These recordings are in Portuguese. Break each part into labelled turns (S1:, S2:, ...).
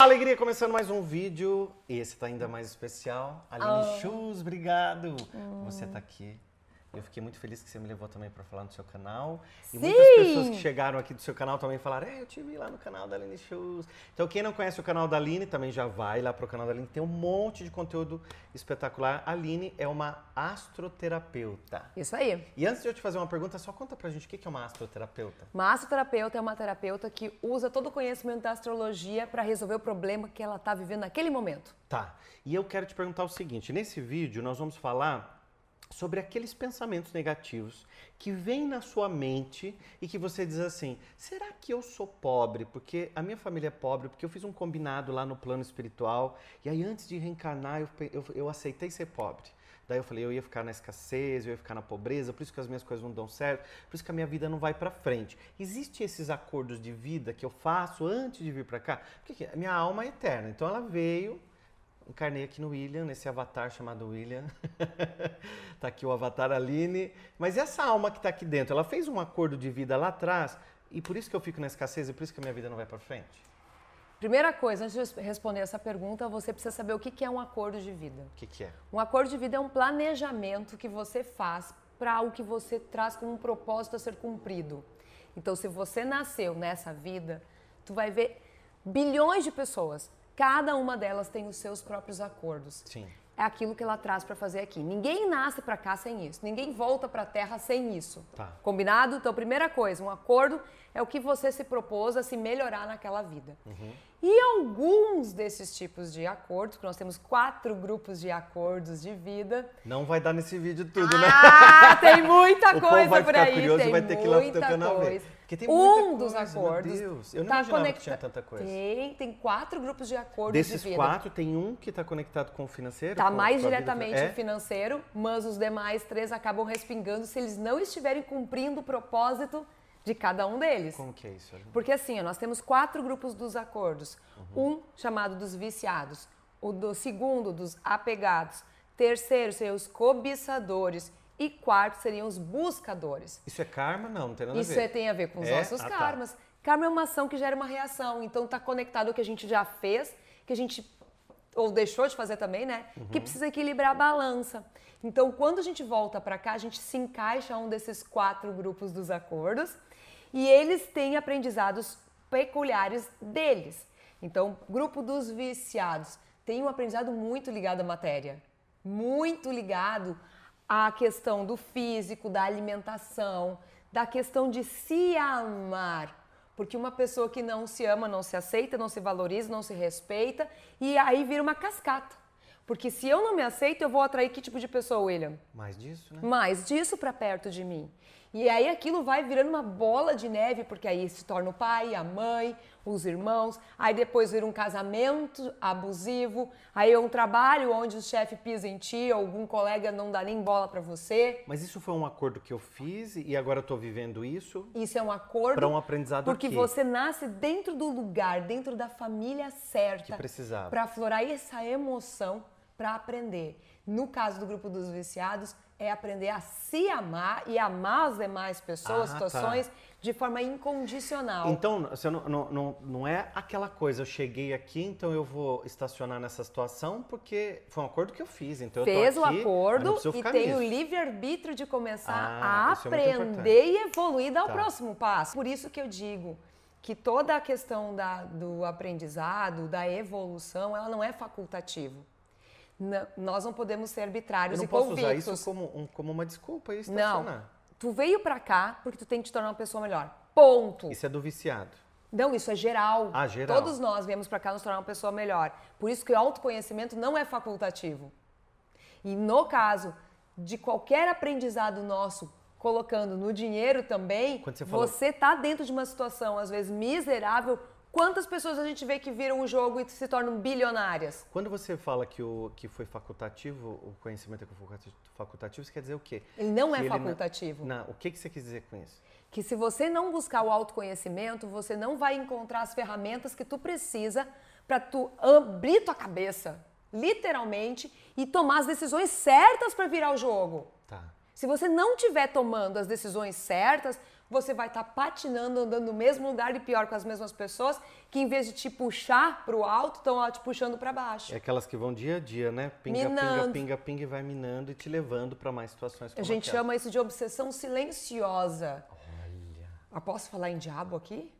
S1: Alegria começando mais um vídeo. E esse tá ainda mais especial. Aline Shoes, obrigado. Você tá aqui. Eu fiquei muito feliz que você me levou também pra falar no seu canal. E muitas
S2: Sim!
S1: pessoas que chegaram aqui do seu canal também falaram: "É, eu te vi lá no canal da Aline Shoes". Então, quem não conhece o canal da Aline, também já vai lá pro canal da Aline. Tem um monte de conteúdo espetacular. A Aline é uma astroterapeuta.
S2: Isso aí.
S1: E antes de eu te fazer uma pergunta, só conta pra gente o que que é uma astroterapeuta.
S2: Uma astroterapeuta é uma terapeuta que usa todo o conhecimento da astrologia para resolver o problema que ela está vivendo naquele momento.
S1: Tá. E eu quero te perguntar o seguinte: nesse vídeo nós vamos falar sobre aqueles pensamentos negativos que vêm na sua mente e que você diz assim: será que eu sou pobre? Porque a minha família é pobre, porque eu fiz um combinado lá no plano espiritual e aí antes de reencarnar eu, pe- eu, eu aceitei ser pobre. Daí eu falei, eu ia ficar na escassez, eu ia ficar na pobreza, por isso que as minhas coisas não dão certo, por isso que a minha vida não vai pra frente. Existem esses acordos de vida que eu faço antes de vir pra cá? Porque que- minha alma é eterna, então ela veio, encarnei aqui no William, nesse avatar chamado William. tá aqui o avatar Aline. Mas essa alma que tá aqui dentro, ela fez um acordo de vida lá atrás e por isso que eu fico na escassez e por isso que a minha vida não vai pra frente?
S2: Primeira coisa, antes de eu responder essa pergunta, você precisa saber o que que é um acordo de vida.
S1: O que, que é?
S2: Um acordo de vida é um planejamento que você faz para o que você traz como um propósito a ser cumprido. Então, se você nasceu nessa vida, tu vai ver bilhões de pessoas. Cada uma delas tem os seus próprios acordos.
S1: Sim.
S2: É aquilo que ela traz para fazer aqui. Ninguém nasce para cá sem isso. Ninguém volta para a Terra sem isso.
S1: Tá.
S2: Combinado? Então, primeira coisa, um acordo é o que você se propôs a se melhorar naquela vida.
S1: Uhum.
S2: E alguns desses tipos de acordos, que nós temos quatro grupos de acordos de vida.
S1: Não vai dar nesse vídeo tudo, né?
S2: Ah, tem muita
S1: O
S2: coisa
S1: povo vai
S2: por
S1: ficar
S2: aí.
S1: curioso
S2: tem
S1: e vai ter que ir lá pro teu
S2: muita
S1: canal ver.
S2: coisa.
S1: Porque tem
S2: um
S1: muita
S2: dos
S1: coisa, meu
S2: acordos.
S1: Deus. Eu não
S2: tá
S1: imaginava que
S2: conecta-
S1: tinha tanta coisa.
S2: Tem, tem quatro grupos de acordos
S1: Desses
S2: de vida.
S1: quatro, tem um que tá conectado com o financeiro?
S2: Tá
S1: com-
S2: mais
S1: com a vida-
S2: diretamente
S1: É?
S2: o financeiro, mas os demais três acabam respingando se eles não estiverem cumprindo o propósito de cada um deles.
S1: Como que é isso? Aline?
S2: Porque assim, ó, nós temos quatro grupos dos acordos.
S1: Uhum.
S2: Um chamado dos viciados, o do segundo dos apegados, terceiro seriam os cobiçadores e quarto seriam os buscadores.
S1: Isso é karma? Não, não tem nada a
S2: Isso
S1: ver.
S2: é- tem a ver com os
S1: É?
S2: nossos
S1: Ah, tá.
S2: karmas. Karma é uma ação que gera uma reação, então está conectado ao que a gente já fez, que a gente ou deixou de fazer também, né?
S1: Uhum.
S2: Que precisa equilibrar a balança. Então, quando a gente volta para cá, a gente se encaixa a um desses quatro grupos dos acordos e eles têm aprendizados peculiares deles. Então, grupo dos viciados tem um aprendizado muito ligado à matéria muito ligado à questão do físico, da alimentação, da questão de se amar. Porque uma pessoa que não se ama, não se aceita, não se valoriza, não se respeita, e aí vira uma cascata. Porque se eu não me aceito, eu vou atrair que tipo de pessoa, William?
S1: Mais disso, né?
S2: mais disso pra perto de mim. E aí aquilo vai virando uma bola de neve, porque aí se torna o pai, a mãe, os irmãos, aí depois vira um casamento abusivo, aí é um trabalho onde o chefe pisa em ti, algum colega não dá nem bola pra você.
S1: Mas isso foi um acordo que eu fiz e agora eu tô vivendo isso
S2: Isso é um acordo.
S1: para um aprendizado
S2: porque
S1: aqui.
S2: você nasce dentro do lugar, dentro da família
S1: Que
S2: certa.
S1: precisava.
S2: Para aflorar essa emoção, para aprender. No caso do grupo dos viciados, é aprender a se amar e amar as demais pessoas,
S1: Ah,
S2: situações, de forma incondicional.
S1: Então, você não, não, não, não é aquela coisa, eu cheguei aqui, então eu vou estacionar nessa situação, porque foi um acordo que eu fiz, então eu
S2: Fez
S1: tô
S2: o
S1: aqui, mas não
S2: acordo
S1: preciso
S2: e
S1: ficar
S2: tem o
S1: nisso.
S2: livre-arbítrio de começar
S1: Ah,
S2: a
S1: isso é muito
S2: aprender e evoluir e dar
S1: Tá.
S2: o próximo passo. Por isso que eu digo que toda a questão da- do aprendizado, da evolução, ela não é facultativa. N- nós não podemos ser
S1: Eu
S2: arbitrários
S1: não
S2: e
S1: posso
S2: convictos.
S1: usar isso como, um- como uma desculpa e estacionar.
S2: Não. Tu veio pra cá porque tu tem que te tornar uma pessoa melhor. Ponto.
S1: Isso é do viciado.
S2: Não, isso é geral.
S1: Ah, geral.
S2: Todos nós viemos pra cá nos tornar uma pessoa melhor. Por isso que o autoconhecimento não é facultativo. E no caso de qualquer aprendizado nosso, colocando no dinheiro também,
S1: Quando você falou-
S2: tá dentro de uma situação às vezes miserável. Quantas pessoas a gente vê que viram o jogo e se tornam bilionárias?
S1: Quando você fala que, o, que foi facultativo, o conhecimento é facultativo, facultativo, isso quer dizer o quê?
S2: Ele não
S1: Que
S2: é
S1: ele na-
S2: facultativo.
S1: na- o que, que você quis dizer com isso?
S2: que se você não buscar o autoconhecimento, você não vai encontrar as ferramentas que tu precisa para tu abrir tua cabeça, literalmente, e tomar as decisões certas para virar o jogo.
S1: Tá.
S2: Se você não estiver tomando as decisões certas, você vai estar patinando, andando no mesmo lugar e pior com as mesmas pessoas, que em vez de te puxar para o alto, estão te puxando para baixo.
S1: É aquelas que vão dia a dia, né? Pinga, pinga,
S2: Minando.
S1: pinga, pinga e vai minando e te levando para mais situações
S2: A
S1: É, como
S2: gente
S1: aquela.
S2: chama isso de obsessão silenciosa. Ah, posso falar em diabo aqui?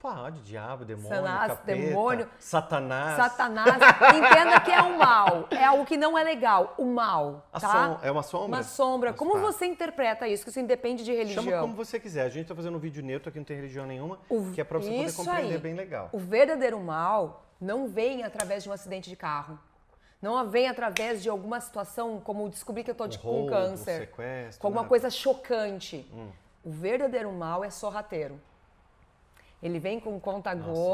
S1: Pode, diabo, demônio,
S2: Satanás,
S1: capeta,
S2: demônio.
S1: satanás.
S2: Satanás, entenda que é o mal, é algo que não é legal, o mal,
S1: A
S2: tá?
S1: som- é uma sombra?
S2: Uma sombra.
S1: Mas
S2: Como
S1: tá.
S2: você interpreta isso? Que isso independe de religião.
S1: Chama como você quiser. A gente tá fazendo um vídeo neutro aqui, não tem religião nenhuma,
S2: O-
S1: que é pra você poder
S2: isso
S1: compreender
S2: aí.
S1: bem legal.
S2: O verdadeiro mal não vem através de um acidente de carro. Não vem através de alguma situação como descobrir que eu tô de,
S1: Um
S2: com
S1: roubo, Um
S2: câncer.
S1: sequestro,
S2: com alguma
S1: nada. Hum.
S2: coisa chocante. O verdadeiro mal é sorrateiro. Ele vem com
S1: Nossa, olha esse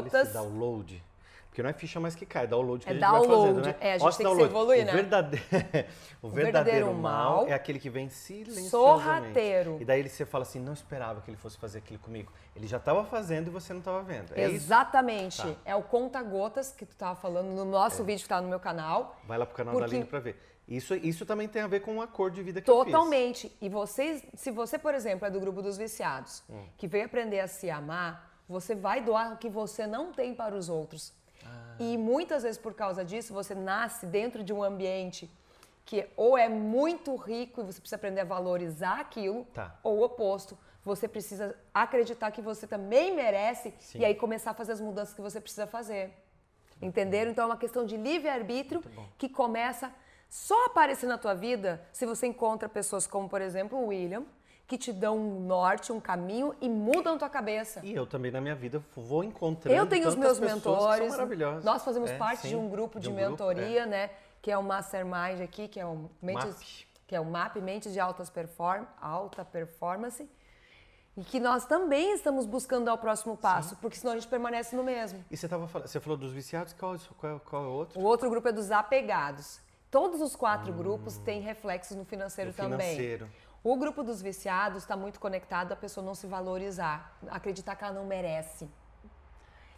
S2: conta-gotas.
S1: download. Porque não é ficha mais que cai, é download que a
S2: É
S1: gente vai fazendo,
S2: download,
S1: né?
S2: é, a gente
S1: Olha esse
S2: tem que se
S1: download.
S2: evoluir,
S1: o
S2: né?
S1: verdade- o verdadeiro
S2: verdadeiro
S1: mal
S2: mal,
S1: é aquele que vem silenciosamente.
S2: sorrateiro.
S1: E daí ele- você fala assim, não esperava que ele fosse fazer aquilo comigo. Ele já estava fazendo e você não estava vendo. É isso.
S2: Exatamente.
S1: Tá. É.
S2: É o conta-gotas que tu tava falando no nosso vídeo que tá no meu canal.
S1: Vai lá pro canal da
S2: Porque-
S1: Aline pra ver. Isso, isso também tem a ver com a cor de vida que eu fiz.
S2: Totalmente. E vocês, se você, por exemplo, é do grupo dos viciados,
S1: Hum.
S2: que veio aprender a se amar, você vai doar o que você não tem para os outros.
S1: Ah.
S2: E muitas vezes por causa disso, você nasce dentro de um ambiente que ou é muito rico e você precisa aprender a valorizar aquilo,
S1: Tá.
S2: ou o oposto. Você precisa acreditar que você também merece
S1: Sim.
S2: e aí começar a fazer as mudanças que você precisa fazer. Entenderam? Então é uma questão de livre-arbítrio que começa só a aparecer na tua vida se você encontra pessoas como, por exemplo, o William, que te dão um norte, um caminho e mudam tua cabeça.
S1: E eu também na minha vida vou encontrando
S2: Eu tenho os
S1: tantas
S2: meus
S1: pessoas que
S2: mentores.
S1: São maravilhosas.
S2: Nós fazemos
S1: É,
S2: parte de
S1: sim,
S2: um grupo de,
S1: um
S2: mentoria, né? Que é o Mastermind aqui, que é o
S1: MAP.
S2: Mentes, que é o MAP, Mentes de Altas Perform, Alta Performance. E que nós também estamos buscando dar o próximo passo, porque senão a gente permanece no mesmo.
S1: E você tava falando, você falou dos viciados, qual, qual, qual é o outro?
S2: O outro grupo é dos apegados. Todos os quatro grupos têm reflexos no financeiro
S1: Hum. No
S2: também.
S1: financeiro.
S2: O grupo dos viciados está muito conectado à pessoa não se valorizar, acreditar que ela não merece.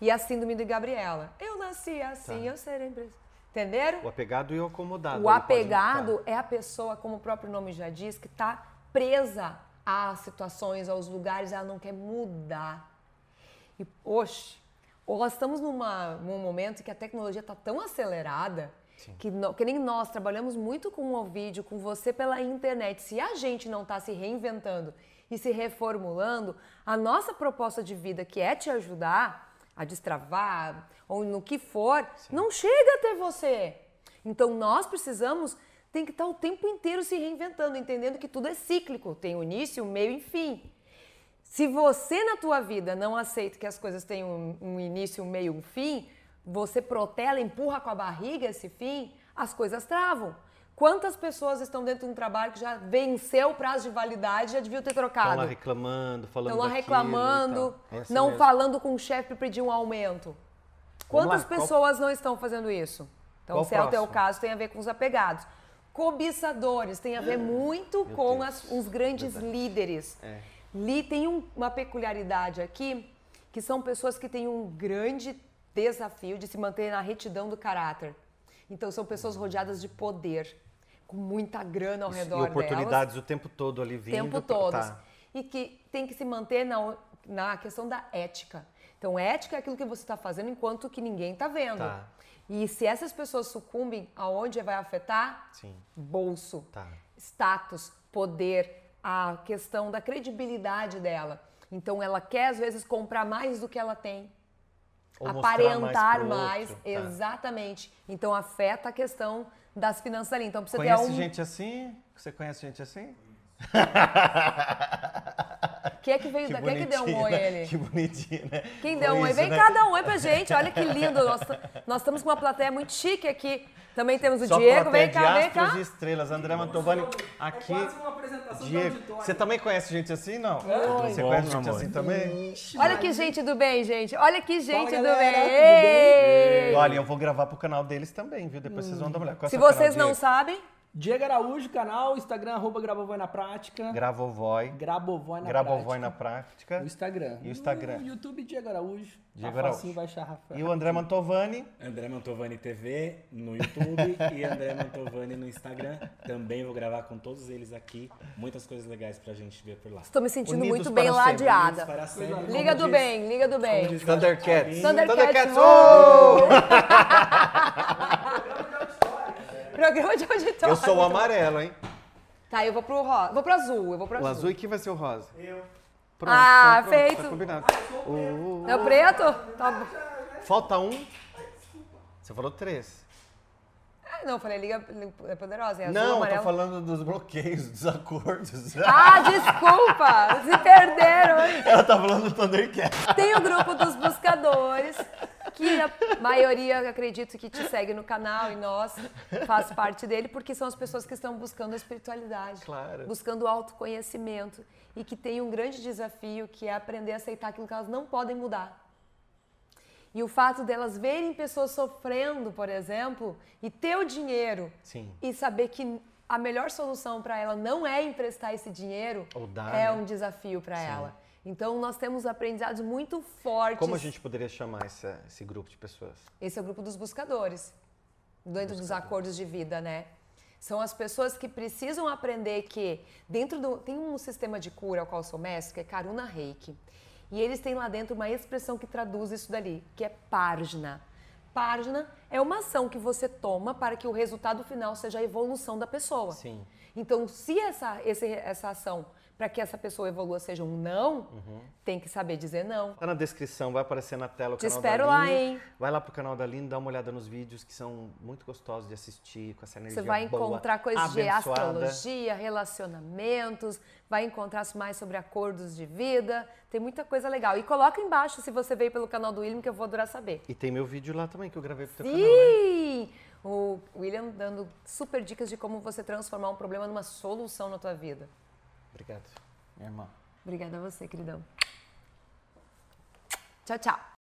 S2: E a síndrome de Gabriela. Eu nasci assim, eu serei. impre- Entenderam?
S1: Tá. O apegado e o acomodado.
S2: O
S1: ele pode
S2: apegado
S1: lutar.
S2: é a pessoa, como o próprio nome já diz, que está presa às situações, aos lugares, ela não quer mudar. E, oxe, ou nós estamos numa, num momento que a tecnologia está tão acelerada que, no- que nem nós trabalhamos muito com o vídeo, com você pela internet. Se a gente não está se reinventando e se reformulando, a nossa proposta de vida, que é te ajudar a destravar, ou no que for, não chega até você. Então nós precisamos tem que estar o tempo inteiro se reinventando, entendendo que tudo é cíclico, tem o início, o meio e fim. Se você na tua vida não aceita que as coisas têm um, um início, um meio, um fim, você protela, empurra com a barriga esse fim, as coisas travam. Quantas pessoas estão dentro de um trabalho que já venceu o prazo de validade, já deviam ter
S1: Estão lá
S2: trocado?
S1: reclamando, falando
S2: Estão lá
S1: daquilo e
S2: reclamando,
S1: tal. É assim
S2: não
S1: mesmo.
S2: falando com o chefe para pedir um aumento.
S1: Vamos
S2: Quantas
S1: lá, qual-
S2: pessoas não estão fazendo isso? Então,
S1: Qual
S2: se é o teu
S1: próximo?
S2: caso, tem a ver com os apegados. Cobiçadores, tem a ver muito
S1: Meu
S2: com
S1: Deus.
S2: as- os grandes líderes.
S1: É.
S2: Li tem um- uma peculiaridade aqui, que são pessoas que têm um grande desafio de se manter na retidão do caráter. Então são pessoas rodeadas de poder, com muita grana ao
S1: Hum. Isso,
S2: redor
S1: E
S2: delas,
S1: oportunidades o tempo todo ali
S2: o
S1: vindo.
S2: tempo
S1: pra-
S2: todo.
S1: tá.
S2: E que tem que se manter na, o- na questão da ética. Então ética é aquilo que você está fazendo enquanto que ninguém está vendo.
S1: Tá.
S2: E se essas pessoas sucumbem, aonde vai afetar?
S1: Sim,
S2: Bolso
S1: tá.
S2: status, poder, a questão da credibilidade dela. Então ela quer às vezes comprar mais do que ela tem,
S1: Ou mostrar
S2: aparentar
S1: pro
S2: mais,
S1: outro, tá.
S2: exatamente. Então afeta a questão das finanças ali. Então precisa
S1: Conhece
S2: ter um
S1: gente assim? Você conhece gente assim?
S2: quem é que veio, da... quem é que deu um
S1: bonitinho,
S2: oi
S1: né?
S2: ele?
S1: Que bonitinho, né?
S2: Quem
S1: Foi
S2: deu um oi?
S1: isso,
S2: Vem
S1: né?
S2: cá dar um oi pra gente. Olha que lindo. Nós, nós estamos com uma plateia muito chique aqui. Também temos o
S1: Só
S2: Diego.
S1: plateia
S2: Vem
S1: de
S2: cá, vem
S1: astros
S2: cá.
S1: e estrelas. André Mantovani aqui.
S3: É quase uma apresentação de
S1: Diego,
S3: auditório.
S1: você também conhece gente assim, não?
S2: Oi.
S1: Você
S4: Bom,
S1: conhece
S4: meu
S1: gente
S4: amor.
S1: assim também?
S2: Olha que gente do bem, gente. Olha que gente do
S3: galera,
S2: bem.
S3: tudo
S2: Ei!
S1: Olha, eu vou gravar pro canal deles também, viu? Depois vocês vão dar uma olhada. Qual é
S2: Se
S1: o seu canal,
S2: vocês não
S1: Diego?
S2: sabem,
S3: Diego Araújo, canal, Instagram, arroba Grabovoi na Prática.
S1: Gravovoi.
S3: Grabovoi na
S1: Grabovoi na
S3: Prática.
S1: prática.
S3: O Instagram.
S1: E o Instagram.
S3: No YouTube, Diego Araújo.
S1: Diego
S3: tá
S1: Araújo.
S3: facinho, vai achar Rafael.
S1: E o André Mantovani.
S4: André Mantovani TV no YouTube e André Mantovani no Instagram. Também vou gravar com todos eles aqui. Muitas coisas legais pra gente ver por lá.
S2: Estou me sentindo
S1: Unidos
S2: muito bem
S1: para sempre,
S2: ladeada.
S4: Para sempre, como
S2: Liga do
S4: diz-
S2: bem, liga do
S4: como
S2: bem.
S4: diz
S1: Thundercats.
S2: Thundercats,
S1: oh!
S2: Programa de auditório.
S1: Eu sou o amarelo, hein?
S2: Tá, eu vou pro rosa. Vou pro azul, eu vou pro
S1: O
S2: azul.
S1: azul e quem vai ser o rosa? Eu. Pronto,
S2: Ah,
S1: então pronto,
S2: feito.
S1: Tá combinado. Oh,
S2: É o preto? Tá bom.
S1: oh. Falta um. Você falou três.
S2: Ah, não, eu falei liga Liga- é poderosa, é azul,
S1: Não,
S2: amarelo.
S1: tô falando dos bloqueios, dos acordos.
S2: Ah, desculpa! Se perderam, hein?
S1: Ela tá falando do Thundercats.
S2: Tem o grupo dos buscadores, que a maioria, acredito, que te segue no canal e nós faz parte dele, porque são as pessoas que estão buscando a espiritualidade,
S1: Claro.
S2: buscando o autoconhecimento e que tem um grande desafio que é aprender a aceitar aquilo que elas não podem mudar. E o fato delas verem pessoas sofrendo, por exemplo, e ter o dinheiro
S1: Sim.
S2: e saber que a melhor solução para ela não é emprestar esse dinheiro,
S1: Ou dar,
S2: é
S1: né?
S2: um desafio para ela. Então nós temos aprendizados muito fortes.
S1: Como a gente poderia chamar essa- esse grupo de pessoas?
S2: Esse é o grupo dos buscadores, dentro dos acordos de vida, né? São as pessoas que precisam aprender que dentro do tem um sistema de cura ao qual eu sou mestre, que é Karuna Reiki. E eles têm lá dentro uma expressão que traduz isso dali, que é página. Página é uma ação que você toma para que o resultado final seja a evolução da pessoa.
S1: Sim.
S2: Então, se essa, esse- essa ação para que essa pessoa evolua seja um não, tem que saber dizer não.
S1: Tá na descrição, vai aparecer na tela o
S2: Te
S1: canal
S2: espero
S1: da
S2: lá,
S1: Aline.
S2: hein?
S1: Vai lá pro canal da Aline, dá uma olhada nos vídeos que são muito gostosos de assistir, com essa energia
S2: Você vai
S1: boa,
S2: encontrar coisas de
S1: abençoada.
S2: astrologia, relacionamentos, vai encontrar mais sobre acordos de vida, tem muita coisa legal. E coloca embaixo se você veio pelo canal do William, que eu vou adorar saber.
S1: E tem meu vídeo lá também que eu gravei pro teu canal, né?
S2: Sim! O William dando super dicas de como você transformar um problema numa solução na tua vida.
S1: Obrigado, minha irmã.
S2: Obrigada a você, queridão. Tchau, tchau.